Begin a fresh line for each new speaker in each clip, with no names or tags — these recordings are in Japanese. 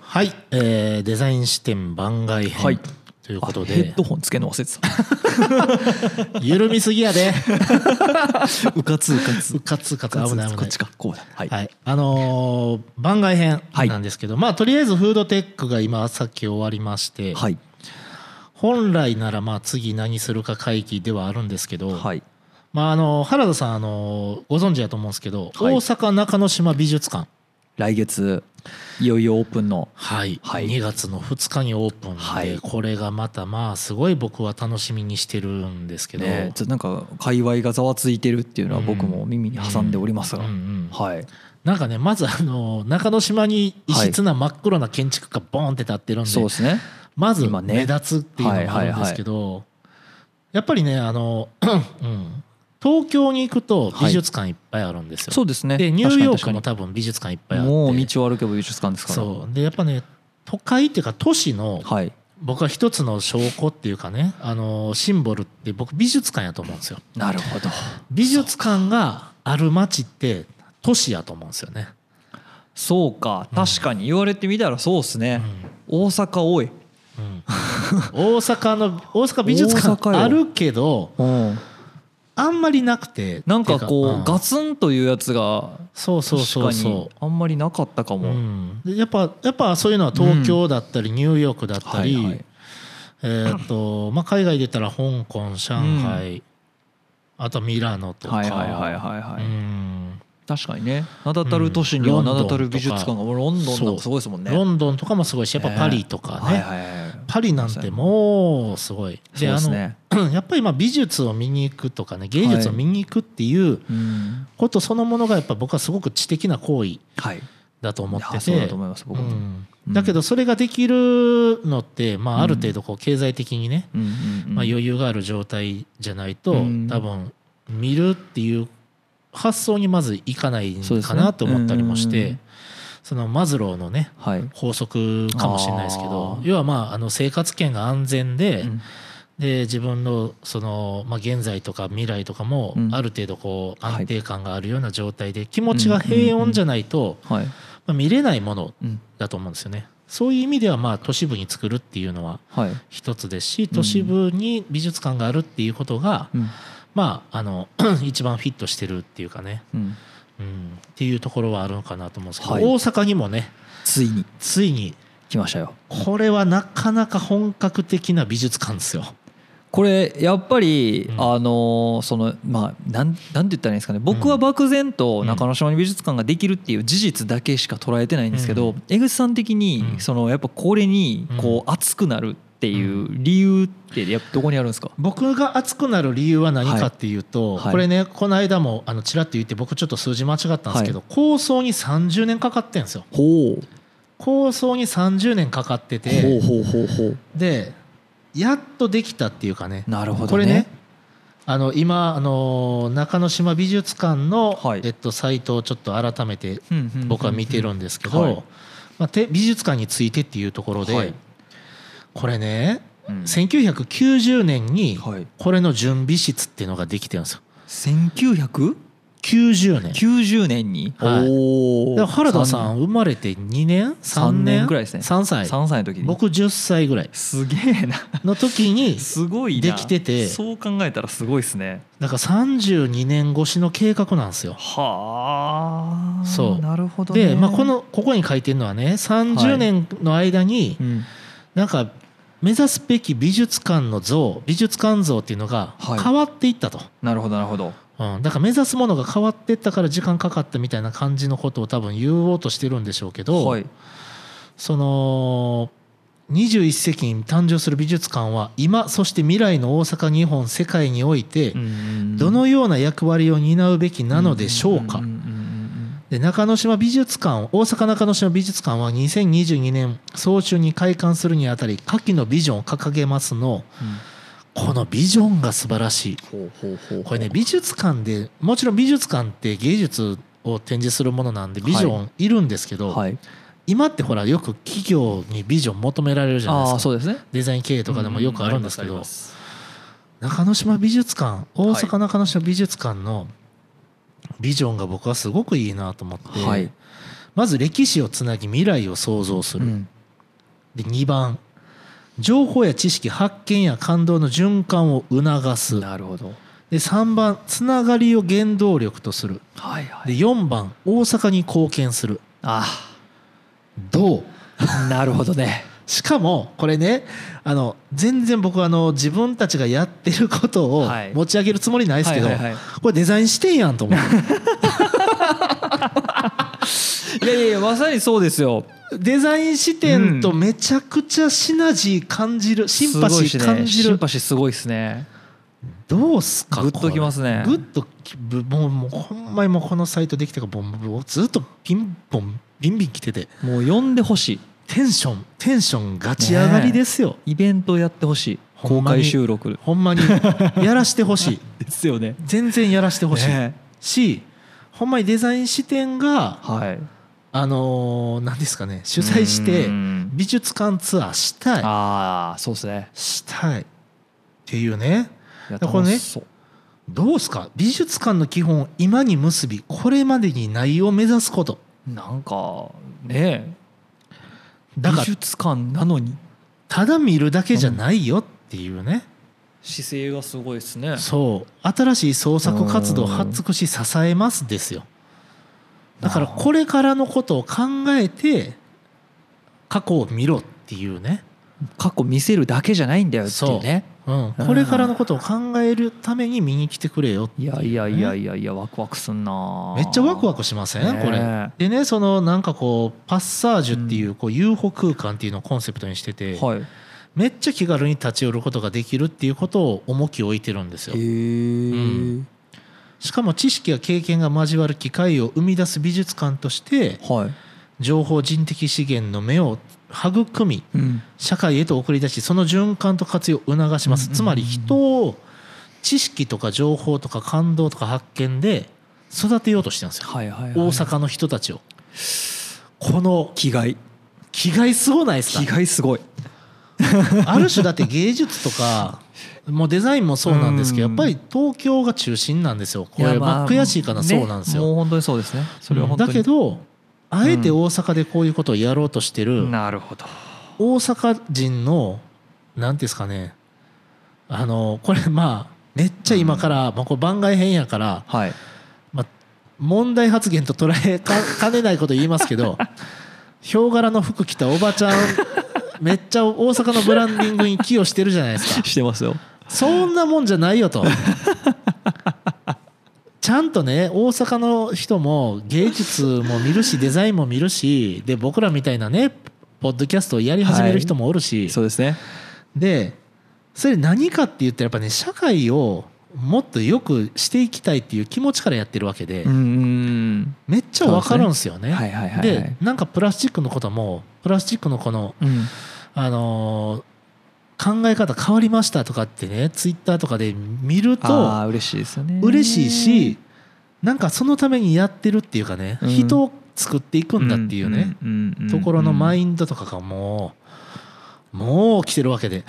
はい、えーデザイン視点番外編、
はい
ということ
あヘッ
で
ドホンつけるの忘れて
緩みすぎやで
た うかつうかつ
うかつうかつ危ない危
こ
な
っ
い
ちかこうだはい、
はいあのー番外編
はい
なんですけど、まあとりあえずフードテックが今さっき終わりまして、
はい
本来ならまあ次何するか会議ではあるんですけど、
はい
まあ、あの原田さんあのご存知だと思うんですけど、
はい
大阪中之島美術館、
来月いよいよオープンの
はい
はい
2月の2日にオープンで、
はい
これがまたまあすごい僕は楽しみにしてるんですけど、
ねちょっとなんか界隈がざわついてるっていうのは僕も耳に挟んでおります
うん
が、
うん、
はい
なんかねまずあの中之島に異質な真っ黒な建築家ボーンって立ってるんで、
そうですね
まず
今ね
目立つっていうのがあるんですけど、やっぱりねあの、 うん、東京に行くと美術館いっぱいあるんですよ。
そうですね
でニューヨークも
確か
多分美術館いっぱい
に
あっ
確かに
て
もう道を歩けば美術館ですから
そうでやっぱね都会っていうか都市の
はい
僕は一つの証拠っていうかねあのシンボルって僕美術館やと思うんですよ
なるほど
美術館がある街って都市やと思うんですよね、
そうか
うん
確かに言われてみたらそうです
う
ね、
ん
大阪多い、
うん 大阪の大阪美術
大
館
阪よ
あるけど
うん、
あんまりなくて
なんか
ってい
こ
ん
うガツンというやつが
そうそう
確
そ
か
う
に
そう
あんまりなかったか
う
も、
ん、でやっぱやっぱそういうのは東京だったりニューヨークだったり、
はいはい
えー とまあ、海外出たら香港上海、あとミラノとか、
はいはいはいはいはい、
うん
確かにね名だたる都市には
うん
名だた
ロ
る
ンドンとか
美術館がもうロンドンなんかすごいですもんね
ロンドンとかもすごいしやっぱ
ね
パリとかね、
はいはいはい
パリなんてもうすごい
そうですね
あの やっぱりまあ美術を見に行くとかね芸術を見に行くっていう
うん
ことそのものがやっぱ僕はすごく知的な行為
はい
だと思って
い
て
やそうだと思います僕も、
う
うん
んだけどそれができるのって、まあ、ある程度こう経済的にね、
うんうん
まあ、余裕がある状態じゃないと、
うん
多分見るっていう発想にまずいかない
そう
の
で
か
すね
なと思ったりもし
う
て
ん
そのマズローのね
はい、うん
法則かもしれないですけど
あー
要はまああの生活圏が安全で,、で自分のその、まあ、現在とか未来とかも
うん
ある程度こう
はい
安定感があるような状態で気持ちが平穏じゃないと、
はい
まあ、見れないもの
うん
だと思うんですよね。そういう意味ではまあ都市部に作るっていうのは
はい
一つですし都市部に美術館があるっていうことが、
うん
まああの 一番フィットしてるっていうかね、
うん
うん、っていうところはあるのかなと思うんですけど、
はい
大阪にもね
ついに
ついに
来ましたよ
これはなかなか本格的な美術館ですよ。
これやっぱり、
うん
あのーそのまあなんなんて言ったらいいんですかね僕は漠然と中之島に美術館ができるっていう事実だけしか捉えてないんですけど、
うん
江口さん的に、
うん
そのやっぱこれにこう熱くなるっていう理由ってやっぱどこにあるんですか、
僕が熱くなる理由は何かっていうと、
はいはい
これねこの間もあのちらっと言って僕ちょっと数字間違ったんですけど、構想に30年かかってんですよ
ほう
構想に30年かかって
ほ
て
うほうほうほう
でやっとできたっていうかね
なるほどね
これねあの今あの中之島美術館の、
はい
えっと、サイトをちょっと改めて僕は見てるんですけど、
はい
まあ、て美術館についてっていうところで、
はい
これね
うん
1990年に
はい
これの準備室っていうのができてるんですよ
1990
90年
年に、
はい
おお
だから原田さん生まれて2年3年
三年ぐらいですね
3歳
3歳の時に
僕10歳ぐらい
すげえな
の時 に
すごいな
できてて
そう考えたらすごいですね
だから32年越しの計画なんですよ
はあ
そう
なるほど、ね、
で、まあ、こ、のここに書いてるのはね
は
30
い
年の間に
うん、
なんか目指すべき美術館の像美術館像っていうのが
はい
変わっていったと、
なるほどなるほど
うん、だから目指すものが変わっていったから時間かかったみたいな感じのことを多分言おうとしてるんでしょうけど、
はい
その21世紀に誕生する美術館は今そして未来の大阪日本世界においてどのような役割を担うべきなのでしょうか
んんんうん
で中之島美術館大阪中之島美術館は2022年早春に開館するにあたり下記のビジョンを掲げますのこのビジョンが素晴らしい
うんうんほうほうほうほう
これね美術館でもちろん美術館って芸術を展示するものなんでビジョンいるんですけど、
はい
今ってほらよく企業にビジョン求められるじゃないです
あ
か
あそうですね
デザイン経営とかでもよくあるんですけど、
ううあります
中之島美術館大
は
阪中之島美術館のビジョンが僕はすごくいいなと思っ
あ
て、
りますはい、
まず歴史をつなぎ未来を創造す
う
る、
ん
で2番情報や知識発見や感動の循環を促す
なるほど
で3番つながりを原動力とする
はいは
で
い
4番大阪に貢献する
あ
どう
なるほどね
しかもこれねあの全然僕はあの自分たちがやってることを
はい
持ち上げるつもりないですけど、
はいはいはい
これデザインしてんやんと思 う
いやいやいやまさにそうですよ
デザイン視点とめちゃくちゃシナジー感じる シンパシー
すごいっすね
感じ
シ
る
ンパシーすごいですね
どうすか
グッと
これ
きますね
グッときぶもうもうほんまにもうこのサイトできてからボンボンずっとピンポンビンビン来てて
もう呼んでほしい
テンションテンションガチ上がりですよ、
イベントやってほしい
ほ
公
んまに
開収録
ほんま にやらしてほしい
ですよね
全然やらしてほしい、
ね
しほんまにデザイン視点が
はい
あのー、何ですかね主催して
うん
美術館ツアーしたい
ああそうですね
したいっていうね
い
だ
や
からこれね
楽しそう
どうすか美術館の基本を今に結びこれまでにないを目指すこと
なんかね
だから
美術館なのに
ただ見るだけじゃないよっていうね、
姿勢がすごいですね
そう新しい創作活動を発足し支えますですよだからこれからのことを考えて過去を見ろっていうね、
過去見せるだけじゃないんだよっていうね
うん、これからのことを考えるために見に来てくれよって
い
いう
や
ね
いやいやいやいやワクワクすんな
めっちゃワクワ
ク
クしません、
ね
これでねそのなんかこうパッサージュっていうこう遊歩空間っていうのをコンセプトにしてて、
はいへ
めっちゃ気軽に立ち寄ることができるっていうことを重きを置いてるんですよ
え
しかも知識や経験が交わる機会を生み出す美術館として
はい
情報人的資源の目を育み
うん
社会へと送り出しその循環と活用を促します
うんうんうん
つまり人を知識とか情報とか感動とか発見で育てようとしてるんですよ
はいはいはい
大阪の人たちをこの
気概
気概すごないです
気
か
概すごい
ある種だって芸術とかもうデザインもそうなんですけど
う
や
ん
っぱり東京が中心なんですよこ
い
れ
や
まあ悔しいかな
ね
そうなんですよ
もう本当にそうですねそれは本当に
だけどあえて大阪でこういうことをやろうとしてる
なるほど
大阪人の何ですかねあのこれまあめっちゃ今から、まあ、これ番外編やから
はい
問題発言と捉えかかねないこと言いますけどヒョウ柄の服着たおばちゃんめっちゃ大阪のブランディングに寄与してるじゃないですか
してますよ
そんなもんじゃないよと。ちゃんとね大阪の人も芸術も見るしデザインも見るしで僕らみたいなねポッドキャストをやり始める人もおるし、
そうですね
でそれ何かって言ったらやっぱね社会をもっと良くしていきたいっていう気持ちからやってるわけで、
うんうん
めっちゃ分かるんですよね。
うんはいはいはいはい
でなんかプラスチックのこともプラスチックのこの
うん
あのー考え方変わりましたとかってねツイッターとかで見る
ああ
と
嬉しいですよね
嬉しいしなんかそのためにやってるっていうかね、
うん
人を作っていくんだっていうね、
んうんうん
ところのマ
うん
インドとかがもうもう来てるわけ で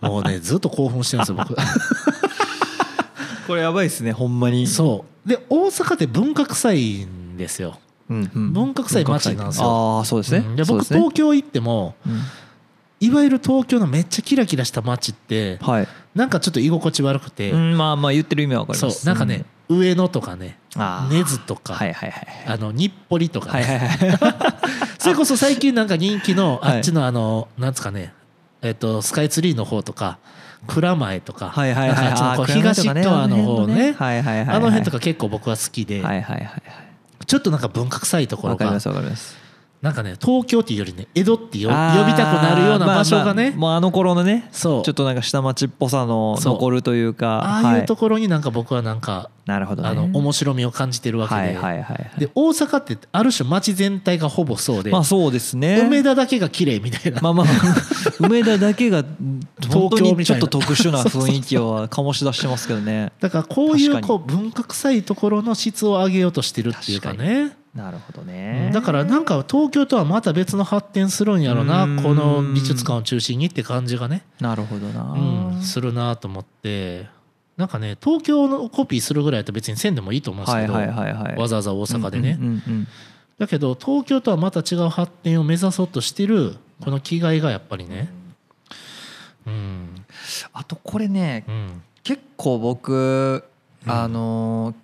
もうねずっと興奮してるんですよ僕
これやばいですね ほんまに
そうで大阪って文化臭いんですよ、
うんうん
文化祭街なんですよ
ああそうですね
うんで
そう
僕
ですね
東京行っても
うん
いわゆる東京のめっちゃキラキラした街って
はい
なんかちょっと居心地悪くて、
うんまあまあ言ってる意味はわかり
そ
ま
う
す
なんかね、上野とかね
うんあー
根津とか、
はいはいはい
あの日暮里とか、ね
はいはいはい
それこそ最近なんか人気の
はい
あっちのあの、なんつかねえっとスカイツリーの方とか蔵前とか,、
はいはいはい
なんかあっちのこう
あー暗闇と
東
かね
側の方ね
はいはいはいはい
あの辺とか結構僕は好きで、
はいはいはいはい
ちょっとなんか文化臭いところ
わかり
が
ますわかります
なんかね東京っていうよりね江戸ってよ呼
あー
びたくなるような場所がね、
まあまあもうあの頃のね
そう
ちょっとなんか下町っぽさの
そう
残るというか
ああいうと
は
ころになんか僕はなんか、
いなるほどね
あの面白みを感じてるわけで,、
はいはいはいはい
で大阪ってある種街全体がほぼそうで、
まあそうですね
梅田だけが綺麗みたいな、
まあまあ梅田だけが本当
京
に
み
ち
たい
ょっ
な
と特殊な雰囲気を醸し出してますけどね
だからこうい
確か
う
に
こう文化臭いところの質を上げようとしてるっていうかね
なるほどね
だからなんか東京とはまた別の発展するんやろな
うん
この美術館を中心にって感じがね、
なるほどな、
うん、するなと思ってなんかね東京のコピーするぐらいだったら別にせんでもいいと思うんです
は
け
い
ど、
はいはいはい
わざわざ大阪でね、
うんうんうんうん
だけど東京とはまた違う発展を目指そうとしてるこの気概がやっぱりねうん
あとこれね
うん
結構僕
うん
あのー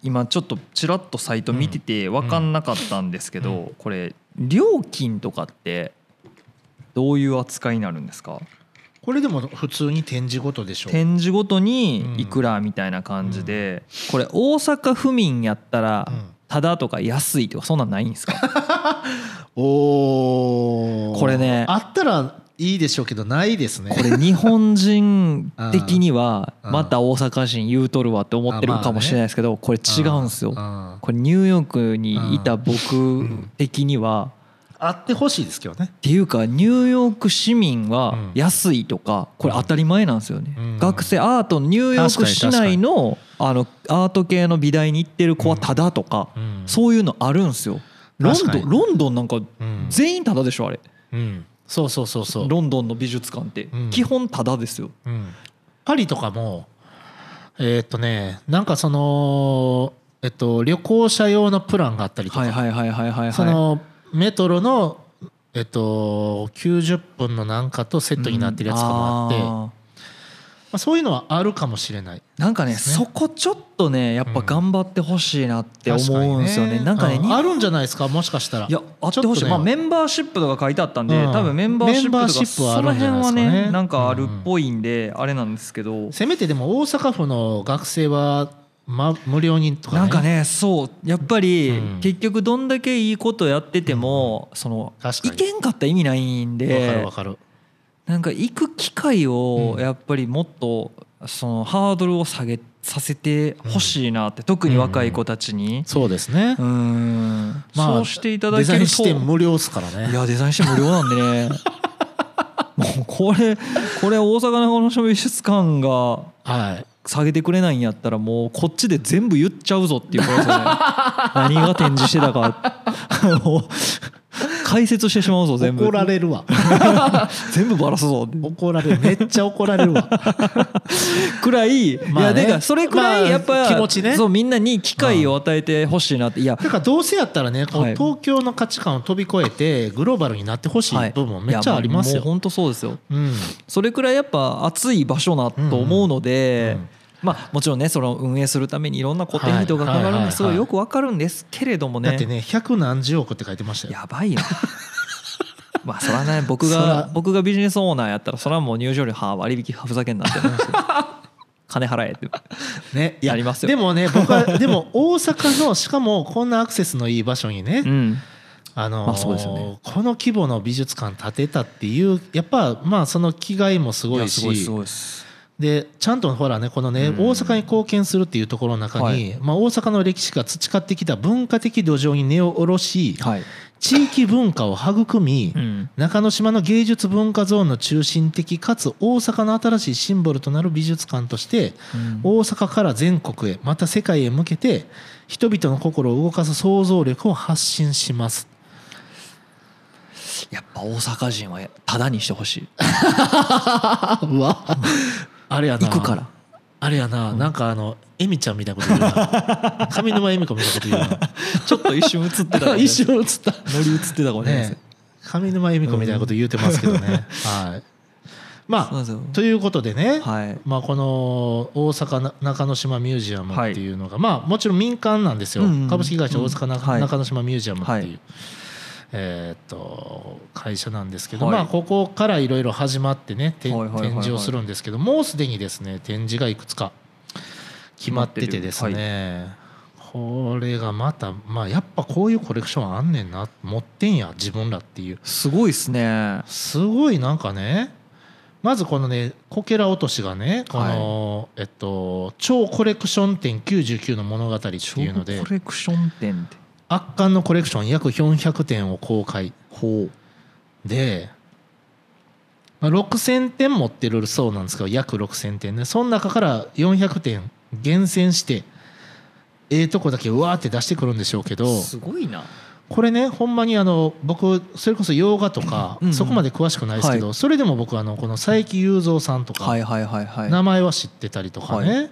今ちょっとちらっとサイト見てて分かんなかったんですけど、
うん
これ料金とかってどういう扱いになるんですか
これでも普通に展示ごとでしょう
展示ごとにいくらみたいな感じで、これ大阪府民やったら
うん
ただとか安いとかそんなんないんですか
おー
これね
あったらいいでしょうけどないですね
これ日本人的には
うん
また大阪人言うとるわって思ってるかもしれないですけどこれ違うんですよ
あ
これニューヨークにいた僕
ん
的には
あってほしいですけどね
っていうかニューヨーク市民
う
は
ん
安いとかこれ当たり前なんですよね、
うん
学生アートニューヨーク市内のあのアート系の美大に行ってる子はタダとか、
うん
そういうのあるんですよロン
確か
ド
に
ンロンドンなんか
うん
全員タダでしょあれ
うんそうそうそうそう
ロンドンの美術館って
うん
基本タダですよ、
うん、パリとかもえーっとねなんかその、えっと、旅行者用のプランがあったりとか、
はいはいはいはいはいはい
そのメトロの、えっと、90分のなんかとセットになってるやつとかもあって、
うん
ま
ー
あ、そういうのはあるかもしれない。
なんかね
ですね
そこちょっとねやっぱ頑張ってほしいなって思うんですよね、
確
なんかね、
う
日
あ
本
るんじゃないですかもしかしたら。
いやあってほしい、
ちょっとね
まあメンバーシップとか書いてあったんで、
うん
多分メンバーシップと
メンバー
か
シップはあ
そ
る
の
んじゃ
辺
ないで
は
すかね
ねなんかあるっぽいんで、あれなんですけど
せめてでも大阪府の学生は、ま、無料にとかね。
なんかねそうやっぱり、
うん
結局どんだけいいことやってても、その
確か
行
に。
けんかったら意味ない
わ
ん
かる
で
わかる。
なんか行く機会を
うん
やっぱりもっとそのハードルを下げさせてほしいなって、特に若い子たちに、
そうですね
う。ん
まあ
そうしていただ
デ
け
ザ
る
イ
と
ン視点無料ですからね。
いやデザインして無料なんで ねもうこれこれ大阪のこの美術館が
はい。
下げてくれないんやったらもうこっちで全部言っちゃうぞっていうことですよね 何が展示してたかもう解説してしまうぞ全部
怒られる わ
全部バラすぞ
怒られるめっちゃ怒られるわ
くらい、
まあね
いやだからそれくらいやっぱ、
まあ気持ちね
そうみんなに機会を与えてほしいなっていや
だからどうせやったらねこう
はい
東京の価値観を飛び越えてグローバルになってほし
はいい
部分もめっちゃあります
いやもう
よ、
本当そうですよ
うん
それくらいやっぱ熱い場所なと思うので、
うんうん
まあ、もちろんねその運営するためにいろんな固定費とかか
は
か
い
る
はい
の
は
も
い
すごいよくわかるんですけれども
だって
ね
ね百何十億って書いてましたよ
や ばいよまあそらね僕
そ
が
ら
僕がビジネスオーナーやったらそらもう入場料は割引はふざけんなって話ですよ金払えって
ねいや
ありますよ
でもね僕はでも大阪のしかもこんなアクセスのいい場所にね、
うん
あのー
まあそうですよね
この規模の美術館建てたっていうやっぱまあその気概もすごいし
やすごいです
でちゃんとほらねこのね、
うん
大阪に貢献するっていうところの中に、
はい
まあ、大阪の歴史が培ってきた文化的土壌に根を下ろし
はい、
地域文化を育み、
ん、
中之島の芸術文化ゾーンの中心的かつ大阪の新しいシンボルとなる美術館として大阪から全国へまた世界へ向けて人々の心を動かす想像力を発信します
やっぱ大阪人はタダにしてほしい
あうわあれやな
行く から
あれやな、なんかあのエミちゃんみたいなこと言うな上沼恵美子みたいなこと言うな
ちょっと 一瞬映ってたかも ね
一瞬映った
乗り映ってたかもしれないです
ね上沼恵美子みたいなこと言うてますけどね、 はい
そうな
ま
んですよ
あということでね、
はい
まあ、この大阪な中之島ミュージアムっていうのが、まあもちろん民間なんですよ、
うんうん
株式会社大阪な、
うんはい
中之島ミュージアムっていう、
はい
えーっと会社なんですけど、
はい
まあここからいろいろ始まってねて
はいはいはいはい
展示をするんですけどもうすでにですね展示がいくつか決まっててですね、これがまた、まあ、やっぱこういうコレクションあんねんな持ってんや自分らっていう
すごいですね
すごいなんかねまずこのねこけら落としがねこの、えっと「超コレクション展99の物語」っていうので
コレクション店って
圧巻のコレクション約400点を公開
ほう
で、まあ、6,000点持ってるそうなんですけど約6,000点ねその中から400点厳選してええとこだけうわーって出してくるんでしょうけど
すごいな
これねほんまにあの僕それこそ洋画とか
うんうん
そこまで詳しくないですけど、それでも僕あのこの佐伯雄三さんとか、
はいはいはいはい
名前は知ってたりとかね、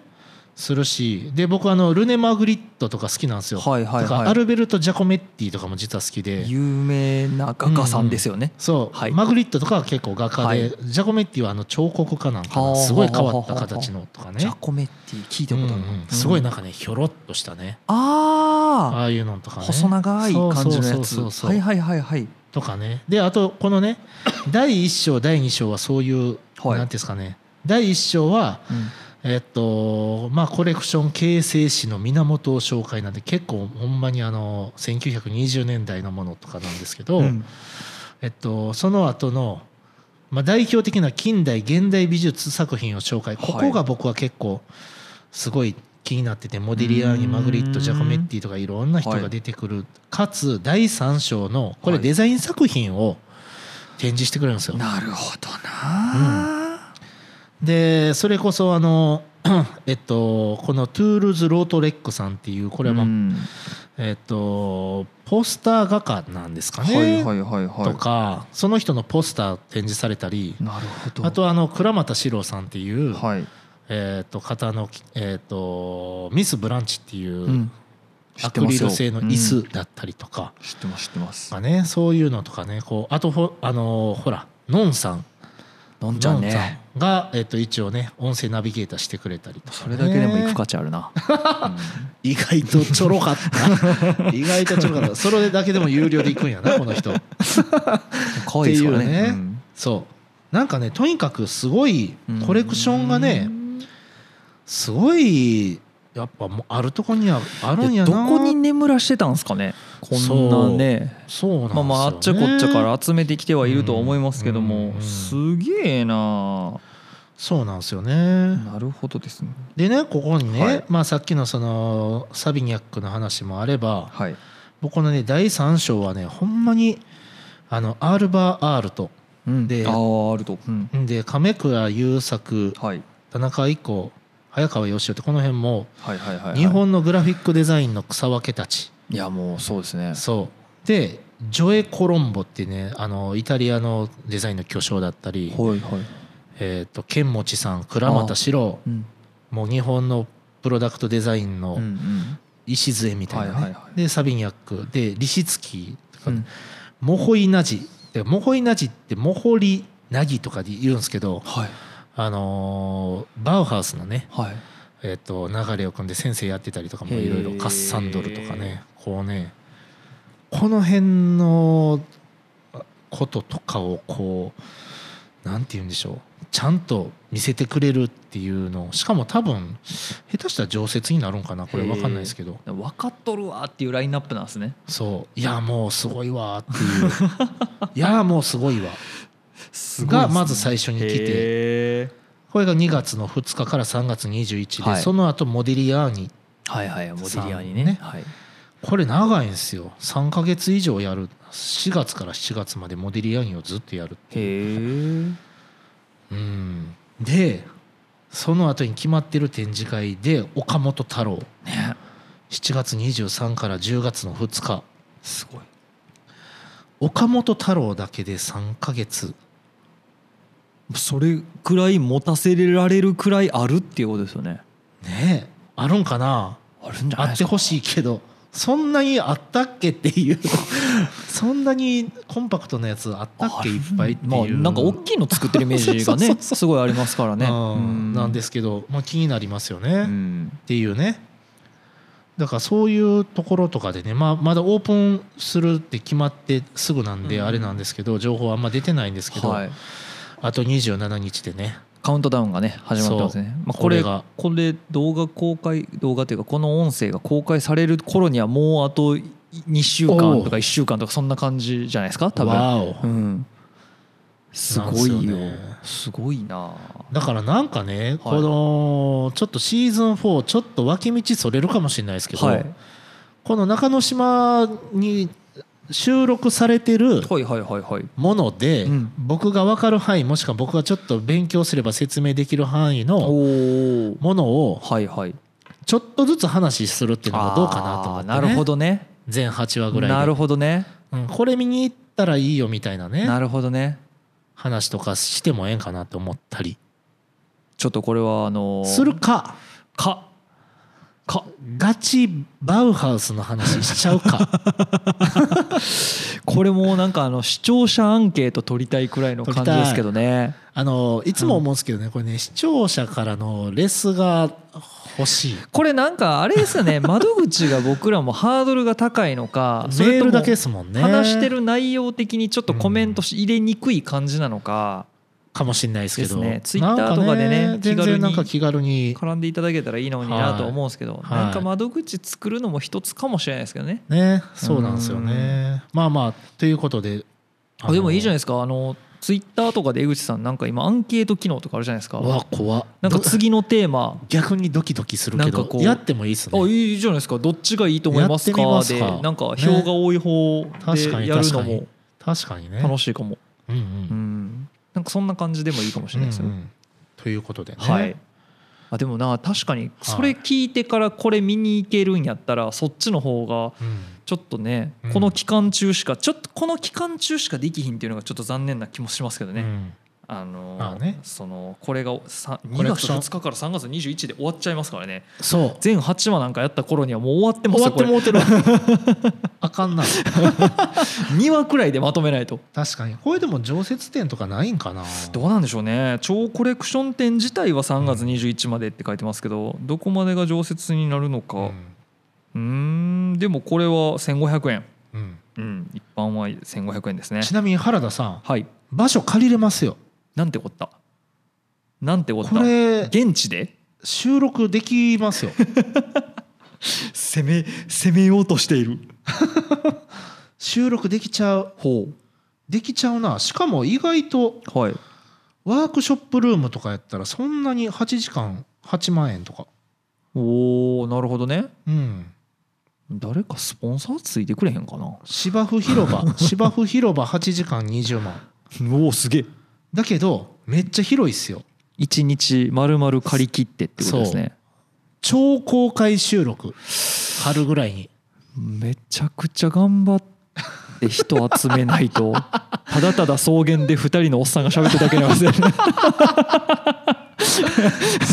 するしで僕あのルネ・マグリットとか好きなんですよ、
はいはいはい
だからアルベルト・ジャコメッティとかも実は好きで
有名な画家さんですよね、
そう、
はい
マグリットとかは結構画家で、
はい
ジャコメッティはあの彫刻家なんか
はあ
なすごい変わった形のとかね
ジャコメッティ聞いたことある、
うんうんすごいなん
あ
かねひょろっとしたねあ
あ
あいうのとか
ー
ね
細長い感じの
そ
や
う
つ
そうそうそう
はいはいはいはい
とかねであとこの ね第1章第2章はそういう
はい
なんていうんですかね第1章は
うん
えっとまあコレクション形成史の源を紹介なんで結構ほんまにあの1920年代のものとかなんですけど、
うん
えっと、その後のまあ、代表的な近代現代美術作品を紹介
はい
ここが僕は結構すごい気になっててモディリアーニマグリッ
うー
ト
ん
ジャコメッティとかいろんな人が出てくるかつ第3章のこれ
はい
デザイン作品を展示してくれるんですよ。
なるほどな、
でそれこそあの えっとこのトゥールズ・ロートレックさんっていうこれはまあ
うん
えっとポスター画家なんですか
はい
ね
はいはいはい
とかその人のポスター展示されたり
なるほど
あとあの倉俣史郎さんっていう、
はい、、
えー、と方の、えー、とミス・ブランチっていううんアクリル製の椅
うん
子だったりとか、
知ってます知ってます
まあね、そういうのとかねこうあとほ,、あのーほらのんさん
のんちゃ
の
ん
んさ
ね
んが、えー、と一応ね音声ナビゲーターしてくれたりとか、
それだけでも行く価値あるな、
意外とちょろかった 意外とちょろかったそれだけでも有料で行くんやなこの人
可愛いですからね
っていうね
ん
そうなんかねとにかくすごいコレクションがね、
うん
すごいやっぱもうあるとこにはあるん
で
や
ど
な
こに眠らしてたんですかねこんなね
そうなんですよ、ね、
まあまああっちゃこっちゃから集めてきてはいるとは思いますけど
うん
も、
うん
すげえな
そうなんですよね、
なるほどですね
でねここにね、
はい
まあ、さっきのそのサビニャックの話もあれば
はい
僕このね第3章はねほんまにあのアルバー・アールト
で
で
あーあると、うん
で亀倉優作
はい、
田中一行早川義雄ってこの辺も
はいはいはいはい
日本のグラフィックデザインの草分けたち、
いやもうそうですね
そうでジョエ・コロンボってねあのイタリアのデザインの巨匠だったり、
はいはい、
えー、と剣持さん倉俣史郎
うん
もう日本のプロダクトデザイン
うんう
の
ん、
礎みたいなね、
はいはいはい
でサビニャックでリシツキーとか、
うん
モホイナジでモホイナジってモホリナギとかで言うんですけど、
はい
あのーバウハウスのね、
はい
えー、と流れを組んで先生やってたりとかもいろい
へ
ろ
ー
カッサンドルとかねこうねこの辺のこととかをこうなんて言うんでしょうちゃんと見せてくれるっていうのしかも多分下手したら常設になるんかなこれ分かんないですけど
分かっとるわっていうラインナップなんですね
そういやもうすごいわーっていう いやもうすごいわ
す
がまず最初に来て
て
これが2月の2日から3月21で、
はい
その後モディリアーニ
はいはいモディリアに
さん
ね
ね
はい
これ長いんですよ3ヶ月以上やる4月から7月までモディリアーニをずっとやるっていう
へえ
うんでその後に決まってる展示会で岡本太郎
ね
7月23から10月の2日
すごい
岡本太郎だけで3ヶ月
それくらい持たせられるくらいあるっていうことですよね
ねえあるんかな
あるんじゃ
あ
ない
っ
で
て
すか
ほしいけどそんなにあったっけっていう そんなにコンパクトなやつあったっけいっぱいっていう、
まあ、なんか大きいの作ってるイメー ジが
そうそうそう
ね
そう
すごいありますからね
うんなんですすけど、まあ、気になりますよね、
う
っ
ん
ていうねだからそういうところとかでね、まあ、まだオープンするって決まってすぐなんで
うん
あれなんですけど情報はあんま出てないんですけど、
はい
あと27日でね
カウントダウンがね始まってますね、まあ、こ
こ
れ
れ
こ
が
れ動画公開動画というかこの音声が公開される頃にはもうあと2週間
おう
とか1週間とかそんな感じじゃないですか多分
わお
うんすごいよ
なんですよね
すごいな
だからなんかね、このちょっとシーズン4ちょっと脇道それるかもしれないですけど、
はい
この中之島に収録されてる
はいはいはいはい
もので、
うん
僕が分かる範囲もしくは僕がちょっと勉強すれば説明できる範囲の
おお
ものを
はいはい
ちょっとずつ話しするっていうのがどうかなと思って、ね、
あーなるほどね
全8話ぐらいで
なるほどね
うんこれ見に行ったらいいよみたいなね
なるほどね
話とかしてもええんかなと思ったり
ちょっとこれはあのー
するか
かか
ガチバウハウスの話しちゃう か
これもなんかあの視聴者アンケート取りたいくらいの感じですけどね
あのいつも思うんですけどねこれね視聴者からのレスが欲しい
これなんかあれです よね窓口が僕らもハードルが高いのかそ
メ
れ
ー
と
ル
も
だけですもんね
話してる内容的にちょっとコメントし入れにくい感じなのか
かもしれないですけど
ですね Twitter とかでね
なんか全
気軽に
然なんか気軽に
絡んでいただけたらいいのになと思うんですけど
はい
なんか窓口作るのも一つかもしれないですけどね
ねそうなんですよねまあまあということで
あでもいいじゃな
ない
いですかあのツイッターとかで江口さんなんか今アンケート機能とかあるじゃないですか
わ怖っ
なんか
ど
次のテーマ
逆にドキドキするけ
なん
ど
かこう
やってもいいっす
あ
ね
いいじゃないですかどっちがいいと思いますか
やってみますか
でなんか票が多い方
確か
で
に
やるの
確か
も
に確かにね
楽しいかも、
うんう
うんん、なんかそんな感じでもいいかもしれないですよ、
うんうんということでね
はいあでもな確かにそれ聞いてからこれ見に行けるんやったらそっちの方が
うん
ちょっとね
うん
この期間中しかちょっとこの期間中しかできひんっていうのがちょっと残念な気もしますけどね、
うん
あの
まあね
そのこれがさ
コ
2
レク
月
ション
2日から3月21日で終わっちゃいますからね
そう
全8話なんかやった頃にはもう終わってます
終わ
よ
って
これ
もうてる あかんな
2話くらいでまとめないと
確かにこれでも常設展とかないんかな
どうなんでしょうね超コレクション展自体は3月21までって書いてますけどどこまでが常設になるのか
ん
うーんでもこれは1500円
うん
うん一般は1500円ですね
ちなみに原田さん
はい
場所借りれますよ
なんてこったなんてこった
これ
現地で
収録できますよ
攻め攻めようとしている
収録できちゃう
ほ
できちゃうなしかも意外と
うはい
ワークショップルームとかやったらそんなに8時間8万円とか
おおなるほどね
うん
誰かスポンサーついてくれへんかな
芝生広 場芝生広場8時間20万
おおすげえ
だけどめっちゃ広いっすよ
一日まるまる借り切ってってことですね
超公開収録春ぐらいに
めちゃくちゃ頑張って人集めない とただただ草原で2人のおっさんが喋ってるだけなんですよ ね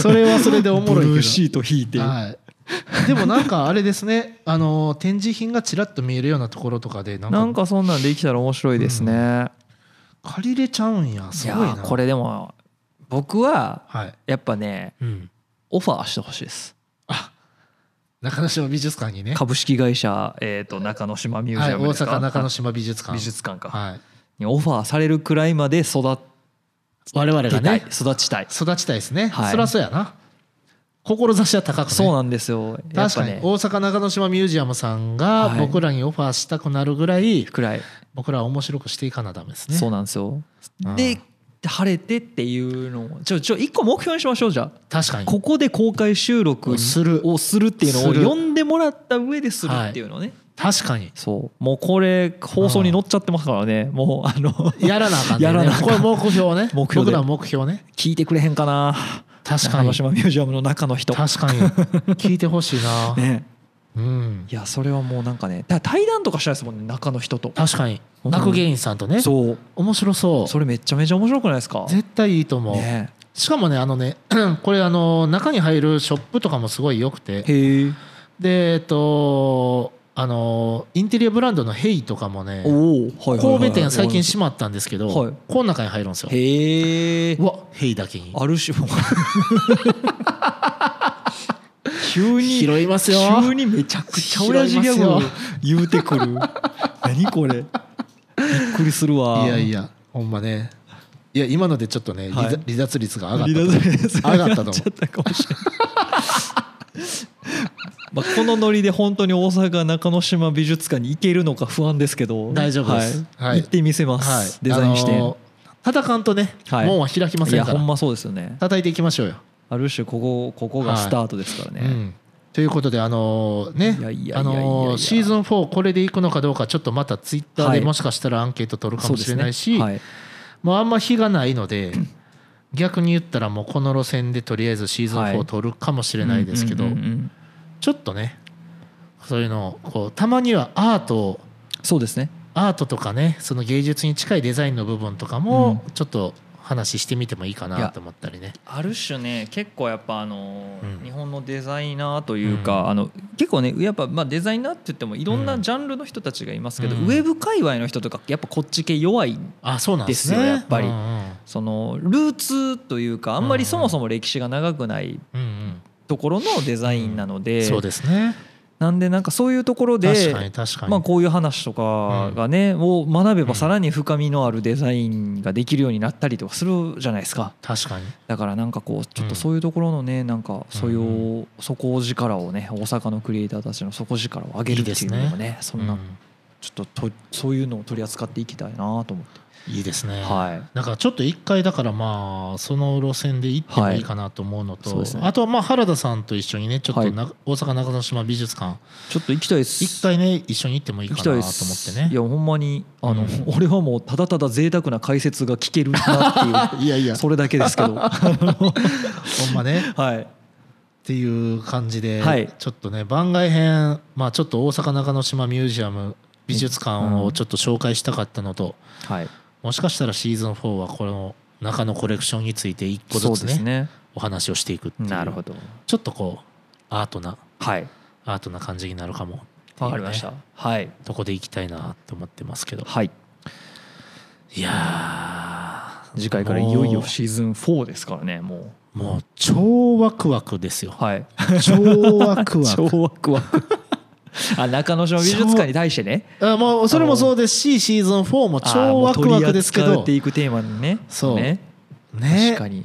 それはそれでおもろいけど
ブルーシート引いて
はい、でもなんかあれですねあの展示品がちらっと見えるようなところとかでなんか
なんかそんなんできたら面白いですね、
う
い
借りれちゃうんやす
や
ごいな
ーこれでも僕は
はい、
やっぱね
うん、
オファーしてほしいです
中之島美術館にね、
株式会社、えー、と中之島ミュー
は
ジ
い、
ア
大
ムですか、
阪中之島美術館
美術館か、
はい、
にオファーされるくらいまで育
我々
て
が
たい、
ね
育ちたい
育ちたいですね、
はい
そりゃそうやな志は高くね
そうなんですよやっ
確
ぱ
かに
ね
大阪中之島ミュージアムさんが
はい
僕らにオファーしたくなるぐらい
くらい
僕らは面白くしていかなダメですね
そうなんですよ
うん
で晴れてっていうのをちょちょ一個目標にしましょうじゃあ
確かに
ここで公開収録
をする
をするっていうの
する
を呼んでもらった上でするっていうのね、
確かに
そうもうこれ放送に載っちゃってますからねもうあの
やらなあかんね
やらなあかん
これ目標ね
目標で
僕らの目標ね
聞いてくれへんかな
確か
中
に
之島ミュージアムの中の人、
確かに聞いてほしいな、
ね、
うん
いやそれはもうなんかねだから対談とかしたいですもんね中の人と
確かに
うん
学芸員さんとね
そう
面白そう
それめっちゃめちゃ面白くないですか
絶対いいと思う、
ね
しかもねあのね これあの中に入るショップとかもすごい良くて
へえ
でえっとあのインテリアブランドの「ヘイとかもね
おおはいはいはい
神戸店最近閉まったんですけど、
はい
この中に入るんですよ
へえ
うわヘイだけに
ある種も 急に
拾いますよ
急にめちゃくちゃ親父ギャグを言うてく る何これびっくりするわ
いやいやほんまねいや今のでちょっとね、
はい
離脱離脱率が上がった
離
と
脱です
上がったと思う
ちゃったかもしれないまあこのノリで本当に大阪中之島美術館に行けるのか不安ですけど
大丈夫です
はい
はい
行ってみせます、デザインして、
あのー叩かんとね、
はい
門は開きま
い
せん
や
か
ほ
ら
んまそうですよね
叩いていきましょうよ、
ある種ここここがスタートですからね、
うんということであのー
いやいやいやい
ね
や
あのーシーズン4これでいくのかどうかちょっとまたツイッター
は
で
い
もしかしたらアンケート取るか
そう
も
で
し
す
れ
ね
ないし
はい
もうあんま日がないので逆に言ったらもうこの路線でとりあえずシーズン
は
4
い
取るかもしれないですけど
うんうんうんうん
ちょっとねそういうのをこうたまにはアートを
そうですね
アートとかねその芸術に近いデザインの部分とかもちょっと話してみてもいいか
い
な
や
と思ったりね。
ある種ね結構やっぱあの、
うん
日本のデザイナーというか、あの結構ねやっぱまあデザイナーって言ってもいろんなジャンルの人たちがいますけど、
うん
ウェブ界隈の人とかやっぱこっち系弱い
あそうなんですね。
ですよやっぱり
うんうん
そのルーツというかあんまりそもそも歴史が長くない
うんうん
ところのデザインなので,、
そうですね。
なんでなんかそういうところ
確かに
で、
確かに。
まあ、こういう話とかがね、を学べばさらに深みのあるデザインができるようになったりとかするじゃないですか。
確かに。
だからなんかこうちょっとそういうところのねなんか素養、
う
底力をね大阪のクリエイターたちの底力を上げるっていうのもねそん
う
なんちょっととそういうのを取り扱っていきたいなと思って、
いいですね。
はい
だからちょっと一回だからまあその路線で行ってもいいかなと思うの
はい
と、
そうですね
あとはまあ原田さんと一緒にねちょっとな、大阪中之島美術館
ちょっと行きたいです
一回ね一緒に行ってもいいか
行
な
き
と
たい
思
で
って
す
ね
いやほんまにあの、
うん
俺はもうただただ贅沢な解説が聞けるなっていう
いやい や
それだけですけどは
ほんまね
い
っていう感じで、
はい
ちょっとね番外編、まあ、ちょっと大阪中之島ミュージアム美術館をちょっと紹介したかったのと、
はい
もしかしたらシーズン4はこの中のコレクションについて一個ず
そう
つね
ですね
お話をしていくっていう
なるほど
ちょっとこうアートな
はい
アートな感じになるかもっていうね
わかりました、はい
とこで行きたいなと思ってますけど
はい
いやー
次回からいよいよシーズン4ですからねもう
もうもう超ワクワクですよ
はい
超ワクワク
超ワク ワクあ中野島美術館に対してね
あもうそれもそうですしシーズン4も超ワクワクですけ
あーもう取り扱
ど
っていくテーマにね
そう
ね
ね
確かに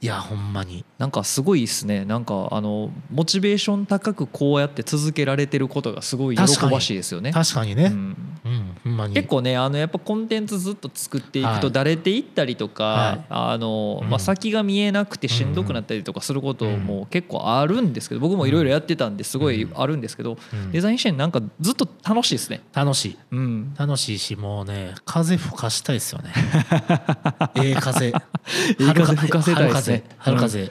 いやほんまに
なんかすごいですねなんかあのモチベーション高くこうやって続けられてることがすごい喜ばしいですよね
確かに
う
ね
ん
うんほんまに
結構ねあのやっぱコンテンツずっと作ってい
は
く
い
とだれていったりとか、
はい
あの
うん
まあ、先が見えなくてしんどくなったりとかすることも結構あるんですけど僕もいろいろやってたんですごいあるんですけど、
うん
デザイン支援なんかずっと楽しいですね。
楽しい
うん、
楽しいしもうね風吹かしたいですよ ねええ風
ええ風吹かせたいですね
春風春風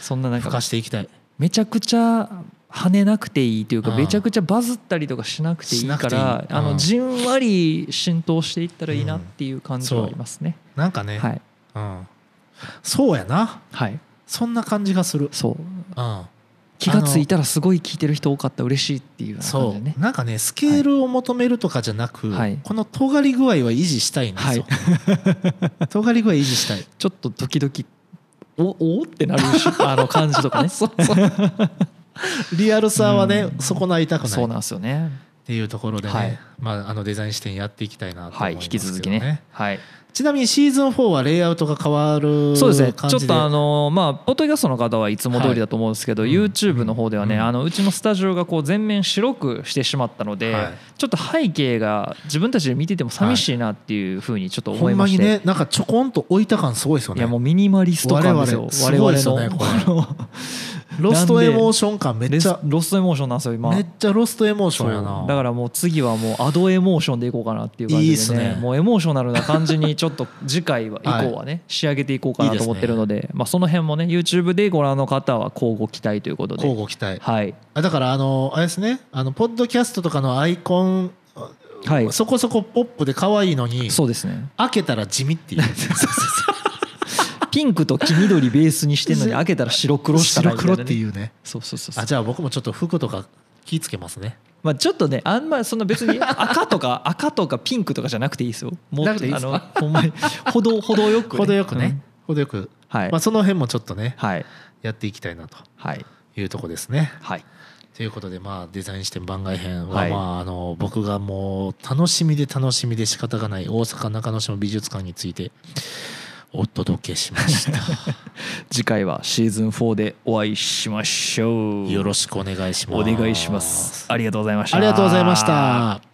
そんななん
吹か
か
していきたい
めちゃくちゃ跳ねなくていいというか
うん
めちゃくちゃバズったりとかしなくていいか
しな
ら
くていい
あ
うん
のじんわり浸透していったらいいなっていう感じはありますね。
なんかね
はい、
うんそうやな
はい、
そんな感じがする
そう
うん
気がついたらすごい聞いてる人多かった嬉しいっていうような感
そ
じでね
う。なんかねスケールを求めるとかじゃなく、
はい
この尖り具合は維持したいんですよ、尖り具合維持したい
ちょっと時々おおってなる しあの感じとかねそう
リアルさはね、
うん
損ないたくない
な
っ
んですよね
ていうところでね、
はい
まあ、あのデザイン視点やっていきたいなと
は
思い
い
ま
引
すけ
き
ど、ね
続きねはい
ちなみにシーズン4はレイアウトが変わる
そうですね
感
ちょっ
じで
とあのまあポッドキャストの方はいつも通りだと思うんですけど、
はい
YouTube の方ではね、
うん
あのうちのスタジオがこう全面白くしてしまったので、
はい
ちょっと背景が自分たちで見てても寂しいなっていうふうにちょっと
ほ
思い
ん
ま
ま
し
に
て、
ねなんかちょこんと置いた感すごいですよ
い
ね
やもうミニマリスト感ですよ
我々すごいですよねこ
のこ
ロストエモーション感めっ
の レ
ち
ス
ゃ
ロストエモーションなんですよ今
めっちゃロストエモーションや
そ
な
うだからもう次はもうアドエモーションでいこうかなっていう感じでね
いいっすね
もうエモーショナルな感じにちょっと次回は
はい
以降はね仕上げていこうかなと思ってるのでまあ、その辺もね YouTube でご覧の方は交互期待ということ
交
で
互期待
はい
あだからあのあれですねあのポッドキャストとかのアイコン
はい
そこそこポップで可愛いのに
そうですね
開けたら地味 っていう
ピンクと黄緑ベースにし てんのに開けたら白黒しかない
白
みた
黒っ
いなね
ていうね
そうそうそうそう
あじゃあ僕もちょっと服とか気ぃつけますね
まあちょっとねあんまそんな別に赤と か赤とかピンクとかじゃなくていいですよも
なくていいっ
あ
す
のほ んまにほどほどよくね
程よく
うん
ね程よく
はい
まあその辺もちょっとね
はい
やっていきたいなと
はい
いうとこですね
はい
ということでまあデザイン視点番外編は
はい
まああの僕がもう楽しみで楽しみで仕方がない大阪中之島美術館についてお届けしました
次回はシーズン4でお会いしましょう
よろしくお願いします
お願いしますありがとうございました
ありがとうございました